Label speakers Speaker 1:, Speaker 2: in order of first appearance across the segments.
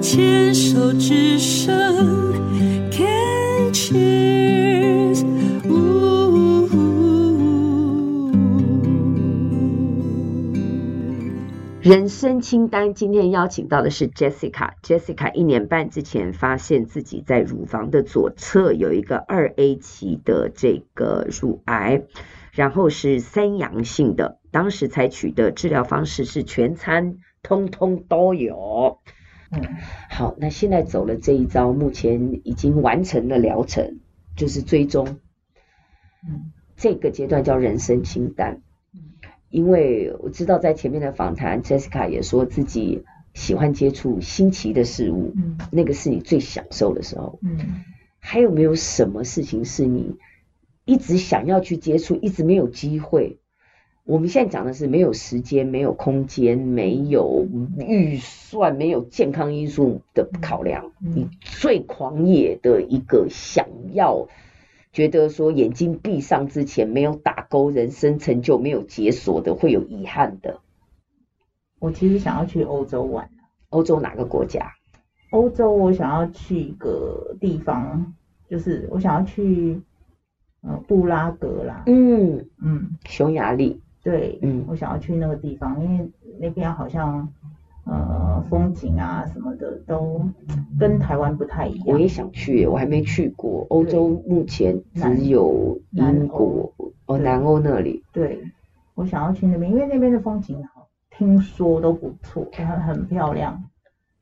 Speaker 1: 牵手之声，Can cheers。人生清单今天邀请到的是 Jessica。Jessica 一年半之前发现自己在乳房的左侧有一个二 A 期的这个乳癌，然后是三阳性的，当时采取的治疗方式是全餐通通都有。
Speaker 2: 嗯，
Speaker 1: 好，那现在走了这一招，目前已经完成了疗程，就是追踪。
Speaker 2: 嗯
Speaker 1: 这个阶段叫人生清单，因为我知道在前面的访谈，Jessica 也说自己喜欢接触新奇的事物，
Speaker 2: 嗯
Speaker 1: 那个是你最享受的时候。
Speaker 2: 嗯，
Speaker 1: 还有没有什么事情是你一直想要去接触，一直没有机会？我们现在讲的是没有时间、没有空间、没有预算、没有健康因素的考量，
Speaker 2: 嗯
Speaker 1: 你最狂野的一个想要，觉得说眼睛闭上之前没有打勾，人生成就没有解锁的，会有遗憾的。
Speaker 2: 我其实想要去欧洲玩，
Speaker 1: 欧洲哪个国家？
Speaker 2: 欧洲我想要去一个地方，就是我想要去呃布拉格啦，
Speaker 1: 嗯，
Speaker 2: 嗯，
Speaker 1: 匈牙利。
Speaker 2: 对，
Speaker 1: 嗯
Speaker 2: 我想要去那个地方，因为那边好像呃风景啊什么的都跟台湾不太一
Speaker 1: 我
Speaker 2: 样
Speaker 1: 也，想去耶，我还没去过。欧洲目前只有
Speaker 2: 南
Speaker 1: 英国，哦，
Speaker 2: 对
Speaker 1: 南欧那里。
Speaker 2: 对，我想要去那边，因为那边的风景好，听说都不错，很很漂亮，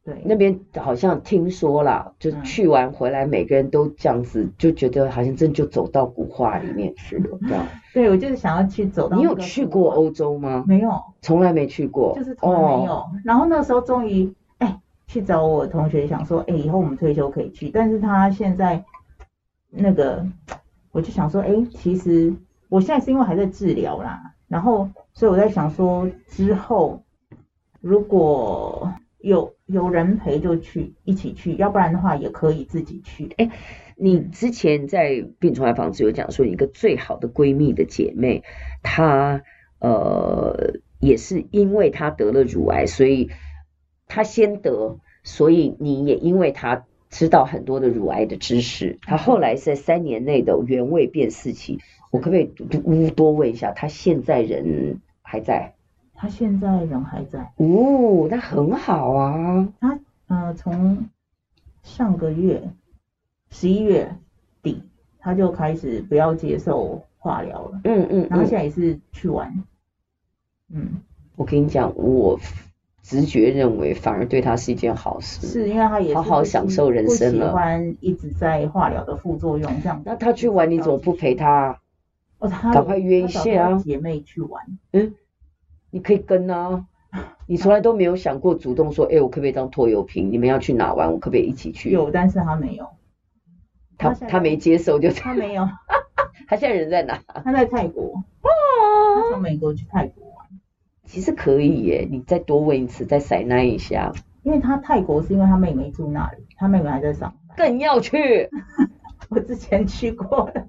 Speaker 2: 对，
Speaker 1: 那边好像听说啦，就
Speaker 2: 嗯
Speaker 1: 去完回来，每个人都这样子，就觉得好像真就走到古画里面去了。这样，
Speaker 2: 对我就是想要去走到
Speaker 1: 你有
Speaker 2: 那个
Speaker 1: 去
Speaker 2: 古
Speaker 1: 过
Speaker 2: 巴？
Speaker 1: 欧洲吗？
Speaker 2: 没有。
Speaker 1: 从来没去过，
Speaker 2: 就是从来没有。
Speaker 1: 哦。
Speaker 2: 然后那时候终于哎去找我同学，想说哎以后我们退休可以去，但是他现在那个我就想说哎，其实我现在是因为还在治疗啦，然后所以我在想说之后如果有有人陪就去一起去，要不然的话也可以自己去。哎
Speaker 1: 你之前在病虫害防治有讲说，你一个最好的闺蜜的姐妹，她呃也是因为她得了乳癌，所以她先得，所以你也因为她知道很多的乳癌的知识。她后来在三年内的原位变四期，我可不可以多多问一下，她现在人还在？
Speaker 2: 他现在人还在，
Speaker 1: 哦，那很好啊。
Speaker 2: 呃，从上个月十一月底，他就开始不要接受化疗了，
Speaker 1: 嗯嗯
Speaker 2: 然后现
Speaker 1: 嗯，
Speaker 2: 在也是去玩，嗯，
Speaker 1: 我跟你讲，我直觉认为反而对她是一件好事。
Speaker 2: 是因为他也是
Speaker 1: 好好
Speaker 2: 不喜
Speaker 1: 享受人生了
Speaker 2: 不喜欢一直在化疗的副作用这样子。
Speaker 1: 那他去玩，你怎么不陪他啊？
Speaker 2: 哦，他
Speaker 1: 赶快约一下啊
Speaker 2: 他找他姐妹去玩，
Speaker 1: 你可以跟啊。你从来都没有想过主动说，哎、我可不可以当拖油瓶？你们要去哪玩？我可不可以一起去？
Speaker 2: 有，但是他没有，
Speaker 1: 他
Speaker 2: 他现在
Speaker 1: 他没接受就，
Speaker 2: 他没有，
Speaker 1: 他现在人在哪？
Speaker 2: 他在泰 国，他从美国去泰国玩，
Speaker 1: 其实可以耶，你再多问一次，再塞那一下，
Speaker 2: 因为他泰国是因为他妹妹住那里，他妹妹还在上班。
Speaker 1: 更要去。
Speaker 2: 我之前去过了。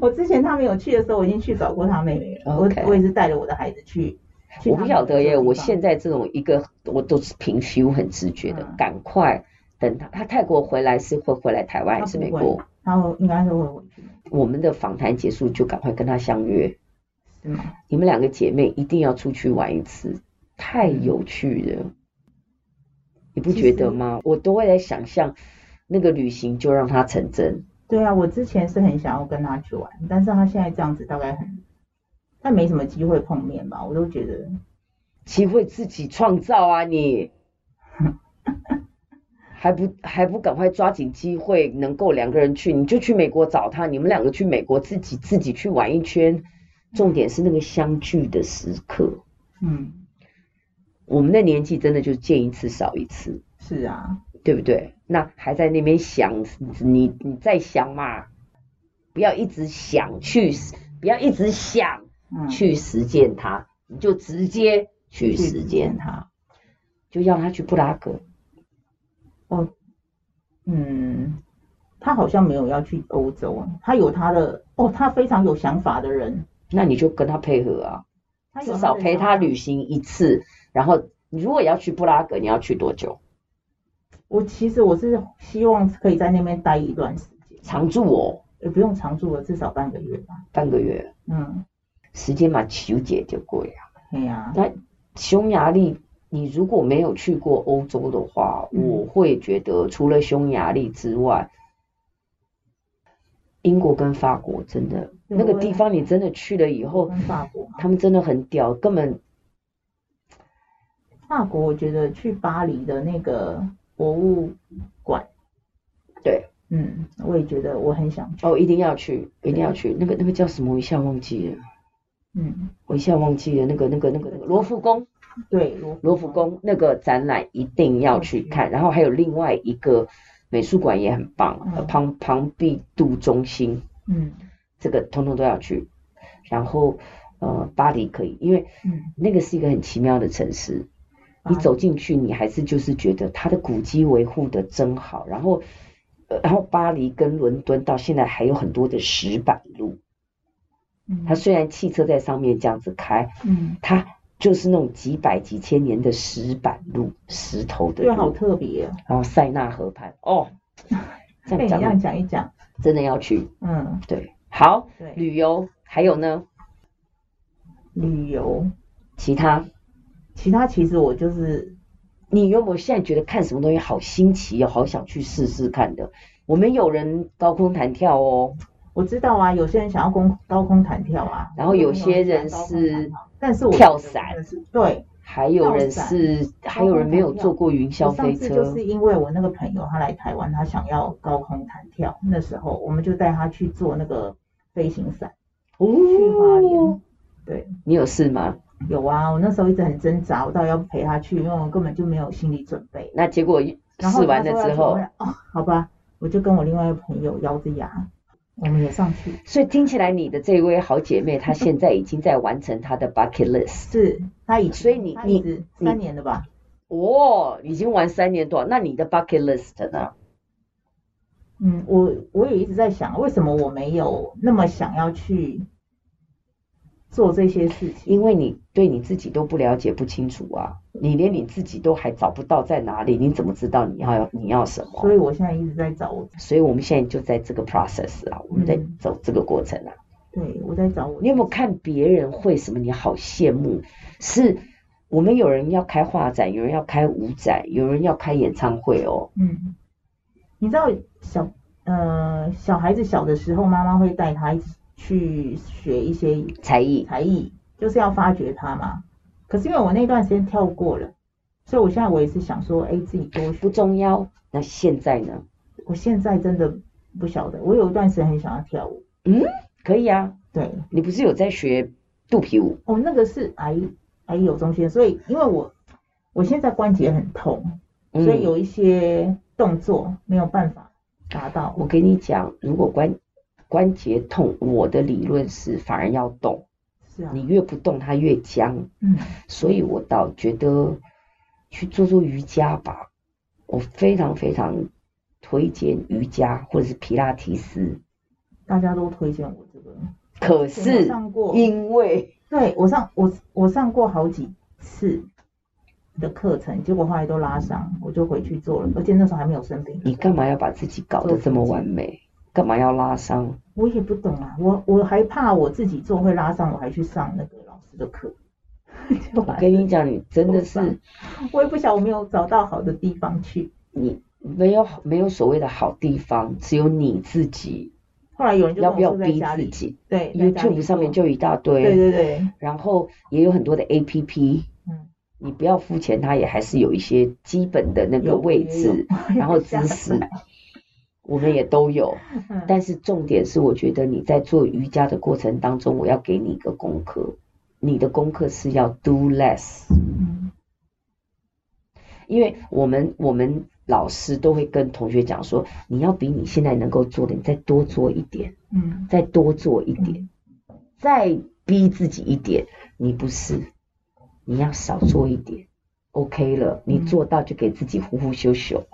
Speaker 2: 我之前他没有去的时候，我已经去找过他妹妹了。
Speaker 1: OK
Speaker 2: 我我也是带着我的孩子去。去
Speaker 1: 我不晓得耶，我现
Speaker 2: 在
Speaker 1: 在这种一个我都是凭 feel 很直觉的，
Speaker 2: 嗯
Speaker 1: 赶快等他。他泰国回来是会回来台湾还是美国？，
Speaker 2: 然后应该是会回去，
Speaker 1: 我们的访谈结束就赶快跟他相约。
Speaker 2: 是吗？
Speaker 1: 你们两个姐妹一定要出去玩一次，太有趣了，你不觉得吗？我都会在想象那个旅行就让它成真。
Speaker 2: 对啊，我之前是很想要跟他去玩，但是他现在这样子大概很，但没什么机会碰面吧，我都觉得
Speaker 1: 机会自己创造啊你，还不还不赶快抓紧机会，能够两个人去，你就去美国找他，你们两个去美国自己自己去玩一圈，重点是那个相聚的时刻。
Speaker 2: 嗯，
Speaker 1: 我们的年纪真的就见一次少一次。
Speaker 2: 是啊，
Speaker 1: 对不对？那还在那边想，你你在想嘛？不要一直想去，不要一直想
Speaker 2: 嗯，
Speaker 1: 去实践它，你就直接去实践它，就让他去布拉格。
Speaker 2: 嗯，他好像没有要去欧洲，啊他有他的哦，他非常有想法的人，
Speaker 1: 那你就跟他配合啊，
Speaker 2: 他有
Speaker 1: 至
Speaker 2: 的
Speaker 1: 少陪
Speaker 2: 想
Speaker 1: 他
Speaker 2: 法
Speaker 1: 旅行一次。然后你如果要去布拉格，你要去多久？
Speaker 2: 我其实我是希望可以在那边待一段时间，
Speaker 1: 常住哦，
Speaker 2: 也不用常住了，至少半个月吧。
Speaker 1: 半个月，
Speaker 2: 嗯，
Speaker 1: 时间嘛求解就过了。
Speaker 2: 对呀、
Speaker 1: 那匈牙利，你如果没有去过欧洲的话，
Speaker 2: 嗯
Speaker 1: 我会觉得除了匈牙利之外，英国跟法国真的
Speaker 2: 对
Speaker 1: 那个
Speaker 2: 我也
Speaker 1: 地方，你真的去了以后
Speaker 2: 跟，法国嘛，
Speaker 1: 他们真的很屌，根本
Speaker 2: 法国我觉得去巴黎的那个博物馆，
Speaker 1: 对，
Speaker 2: 嗯，我也觉得我很想去，
Speaker 1: 哦，一定要去，一定要去。那个那个叫什么，我一下忘记了，
Speaker 2: 嗯，
Speaker 1: 我一下忘记了那个那个那个那个罗浮宫。
Speaker 2: 对，罗
Speaker 1: 罗浮宫嗯那个展览一定要去看，然后还有另外一个美术馆也很棒，呃
Speaker 2: 嗯
Speaker 1: 庞庞毕度中心
Speaker 2: 嗯
Speaker 1: 这个通通都要去。然后呃，巴黎可以，因为
Speaker 2: 嗯，
Speaker 1: 那个是一个很奇妙的城市，
Speaker 2: 巴
Speaker 1: 你
Speaker 2: 黎
Speaker 1: 走进去，你还是就是觉得它的古迹维护的真好。然后呃然后巴黎跟伦敦到现在还有很多的石板路，
Speaker 2: 嗯
Speaker 1: 它虽然汽车在上面这样子开，
Speaker 2: 嗯，
Speaker 1: 它就是那种几百几千年的石板路、石头的
Speaker 2: 对，好
Speaker 1: 路，
Speaker 2: 特别哦，
Speaker 1: 然后塞纳河畔哦，这样
Speaker 2: 被你这
Speaker 1: 讲
Speaker 2: 样
Speaker 1: 的
Speaker 2: 讲一讲，
Speaker 1: 真的要去
Speaker 2: 嗯，
Speaker 1: 对。好，
Speaker 2: 对，
Speaker 1: 旅游还有呢，
Speaker 2: 旅游，
Speaker 1: 其他
Speaker 2: 其他其实我就是
Speaker 1: 你有没有现在觉得看什么东西好新奇哦，好想去试试看的？我们有人高空弹跳哦，
Speaker 2: 我知道啊，有些人想要空高空弹跳啊，
Speaker 1: 然后有些人
Speaker 2: 高空弹
Speaker 1: 是
Speaker 2: 跳，但是我
Speaker 1: 跳
Speaker 2: 觉得
Speaker 1: 伞
Speaker 2: 真的是，对，
Speaker 1: 还有人
Speaker 2: 跳伞
Speaker 1: 是还有人没有坐过云霄
Speaker 2: 我上
Speaker 1: 飞
Speaker 2: 次就
Speaker 1: 车
Speaker 2: 是因为我那个朋友他来台湾，他想要高空弹跳，那时候我们就带他去做那个飞行伞，去花
Speaker 1: 哦
Speaker 2: 莲。。对，
Speaker 1: 你有试吗？
Speaker 2: 有啊，我那时候一直很挣扎，我到底要不陪他去，因为我根本就没有心理准备。
Speaker 1: 那结果
Speaker 2: 然后
Speaker 1: 试完
Speaker 2: 他
Speaker 1: 了
Speaker 2: 说
Speaker 1: 之
Speaker 2: 要
Speaker 1: 后
Speaker 2: 去，我说哦，好吧，我就跟我另外一个朋友咬着牙，我们也上去。
Speaker 1: 所以听起来你的这位好姐妹，她现在已经在完成她的 bucket list。
Speaker 2: 是他已
Speaker 1: 所以你
Speaker 2: 他
Speaker 1: 你
Speaker 2: 一直三年了吧？
Speaker 1: 哦，已经玩三年多，那你的 bucket list 呢？
Speaker 2: 嗯，我我也一直在想，为什么我没有那么想要去做这些事情？
Speaker 1: 因为你对你自己都不了解、不清楚啊，你连你自己都还找不到在哪里，你怎么知道你要你要什么？
Speaker 2: 所以我现在一直在找我，
Speaker 1: 所以我们现在就在这个 process 啊，我们在
Speaker 2: 嗯
Speaker 1: 走这个过程啊。
Speaker 2: 对我在找我。
Speaker 1: 你有没有看别人会什么？你好羡慕，是我们有人要开画展，有人要开舞展，有人要开演唱会哦。
Speaker 2: 嗯，你知道小呃小孩子小的时候，妈妈会带他去学一些
Speaker 1: 才艺
Speaker 2: 才艺，就是要发掘他嘛。可是因为我那段时间跳过了，所以我现在我也是想说，哎，自己多
Speaker 1: 不
Speaker 2: 学。
Speaker 1: 重要，那现在呢？
Speaker 2: 我现在真的不晓得，我有一段时间很想要跳舞。
Speaker 1: 可以啊，
Speaker 2: 对，
Speaker 1: 你不是有在学肚皮舞？
Speaker 2: 哦，那个是癌癌有中心，所以因为我我现在关节很痛，
Speaker 1: 嗯
Speaker 2: 所以有一些动作没有办法达到。
Speaker 1: 我跟你讲，如果关关节痛，我的理论是反而要动，
Speaker 2: 是啊，
Speaker 1: 你越不动它越僵。
Speaker 2: 嗯，
Speaker 1: 所以我倒觉得去做做瑜伽吧，我非常非常推荐瑜伽或者是皮拉提斯。
Speaker 2: 大家都推荐我这个，
Speaker 1: 可
Speaker 2: 我
Speaker 1: 是
Speaker 2: 上过，
Speaker 1: 因为
Speaker 2: 对我上我我上过好几次的课程，结果后来都拉伤，我就回去做了，而且那时候还没有生病，
Speaker 1: 你干嘛要把自己搞得这么完美？干嘛要拉伤？
Speaker 2: 我也不懂啊，我我还怕我自己做会拉伤，我还去上那个老师的课。 就
Speaker 1: 我
Speaker 2: 把
Speaker 1: 跟你讲，你真的是
Speaker 2: 我也不晓得我没有找到好的地方去。
Speaker 1: 你没有没有所谓的好地方，只有你自己
Speaker 2: 后来有人就
Speaker 1: 要
Speaker 2: 跟
Speaker 1: 不
Speaker 2: 我
Speaker 1: 要
Speaker 2: 说在
Speaker 1: 逼
Speaker 2: 家
Speaker 1: 自
Speaker 2: 里，
Speaker 1: 己
Speaker 2: 对在家里
Speaker 1: ？YouTube 上面
Speaker 2: 做
Speaker 1: 就一大堆。
Speaker 2: 对对对，
Speaker 1: 然后也有很多的 APP，
Speaker 2: 嗯，
Speaker 1: 你不要付钱，它也还是有一些基本的那个
Speaker 2: 有
Speaker 1: 位
Speaker 2: 也有
Speaker 1: 置， 然 后姿势，我们也都有。
Speaker 2: 嗯
Speaker 1: 但是重点是，我觉得你在做瑜伽的过程当中，我要给你一个功课，你的功课是要 do less，
Speaker 2: 嗯
Speaker 1: 因为我们我们老师都会跟同学讲说，你要比你现在能够做的，你再多做一点，
Speaker 2: 嗯
Speaker 1: 再多做一点。
Speaker 2: 嗯
Speaker 1: 再逼自己一点，你不是，你要少做一点，OK 了，你
Speaker 2: 嗯
Speaker 1: 做到就给自己呼呼休休。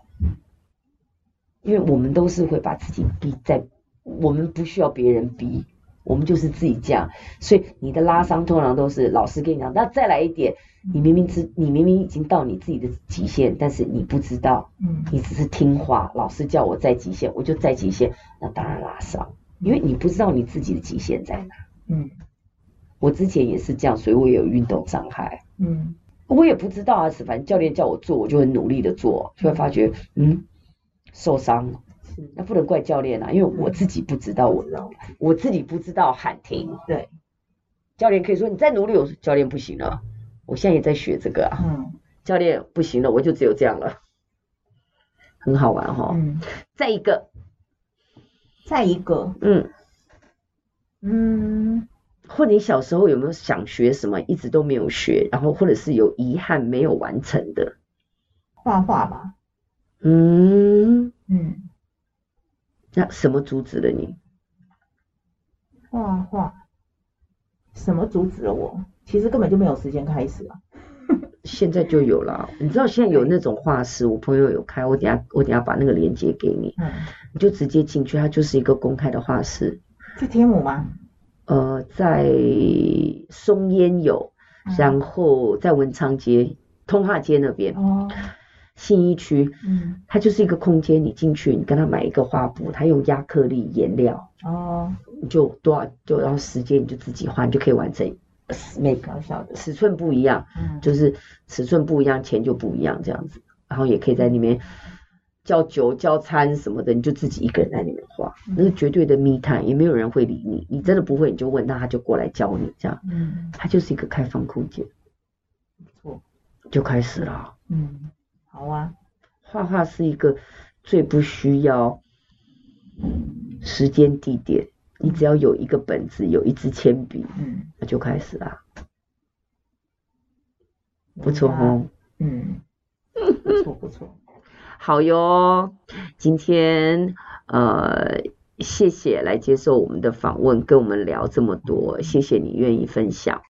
Speaker 1: 因为我们都是会把自己逼在，我们不需要别人逼，我们就是自己这样，所以你的拉伤通常都是老师跟你讲，那再来一点，你明明知你明明已经到你自己的极限，但是你不知道，
Speaker 2: 嗯，
Speaker 1: 你只是听话，老师叫我在极限，我就在极限，那当然拉伤，因为你不知道你自己的极限在哪。
Speaker 2: 嗯
Speaker 1: 我之前也是这样，所以我也有运动伤害。
Speaker 2: 嗯
Speaker 1: 我也不知道啊，反正教练叫我做，我就很努力的做，就会发觉，嗯，受伤了，
Speaker 2: 是，
Speaker 1: 那不能怪教练啊，因为我自己不知道我，
Speaker 2: 道，
Speaker 1: 我自己不知道喊停，
Speaker 2: 对，
Speaker 1: 教练可以说你再努力，我说教练不行了，我现在也在学这个啊，
Speaker 2: 嗯
Speaker 1: 教练不行了，我就只有这样了，很好玩哈、
Speaker 2: 嗯，
Speaker 1: 再一个，
Speaker 2: 再一个，
Speaker 1: 嗯，
Speaker 2: 嗯，
Speaker 1: 或你小时候有没有想学什么，一直都没有学，然后或者是有遗憾没有完成的，
Speaker 2: 画画吧，
Speaker 1: 嗯，
Speaker 2: 嗯，
Speaker 1: 那什么阻止了你？
Speaker 2: 画画，什么阻止了我？其实根本就没有时间开始啊。
Speaker 1: 现在就有了，啊你知道现在有那种画室，我朋友有开，我等下我等下把那个链接给你，
Speaker 2: 嗯，
Speaker 1: 你就直接进去，它就是一个公开的画室，
Speaker 2: 是天母吗？
Speaker 1: 呃，在松烟有，
Speaker 2: 嗯
Speaker 1: 然后在文昌街、通化街那边，
Speaker 2: 哦，
Speaker 1: 信义区，
Speaker 2: 嗯，
Speaker 1: 它就是一个空间，你进去，你跟他买一个画布，他用亚克力颜料，
Speaker 2: 哦，
Speaker 1: 你就多少就然后时间你就自己画，你就可以完成，每个
Speaker 2: 小小的，
Speaker 1: 尺寸不一样。
Speaker 2: 嗯，
Speaker 1: 就是尺寸不一样，钱就不一样这样子。然后也可以在里面叫酒、叫餐什么的，你就自己一个人在里面画，那是绝对的密探，也没有人会理你。你真的不会，你就问他，他就过来教你这样。
Speaker 2: 嗯，
Speaker 1: 它就是一个开放空间，
Speaker 2: 不错，
Speaker 1: 就开始了。
Speaker 2: 嗯，好啊，
Speaker 1: 画画是一个最不需要时间、地点，你只要有一个本子，有一支铅笔，
Speaker 2: 嗯，
Speaker 1: 那就开始啦。不错
Speaker 2: 有
Speaker 1: 哦
Speaker 2: 啊，。嗯，不错不错，
Speaker 1: 好哟，今天呃，谢谢来接受我们的访问，跟我们聊这么多，谢谢你愿意分享。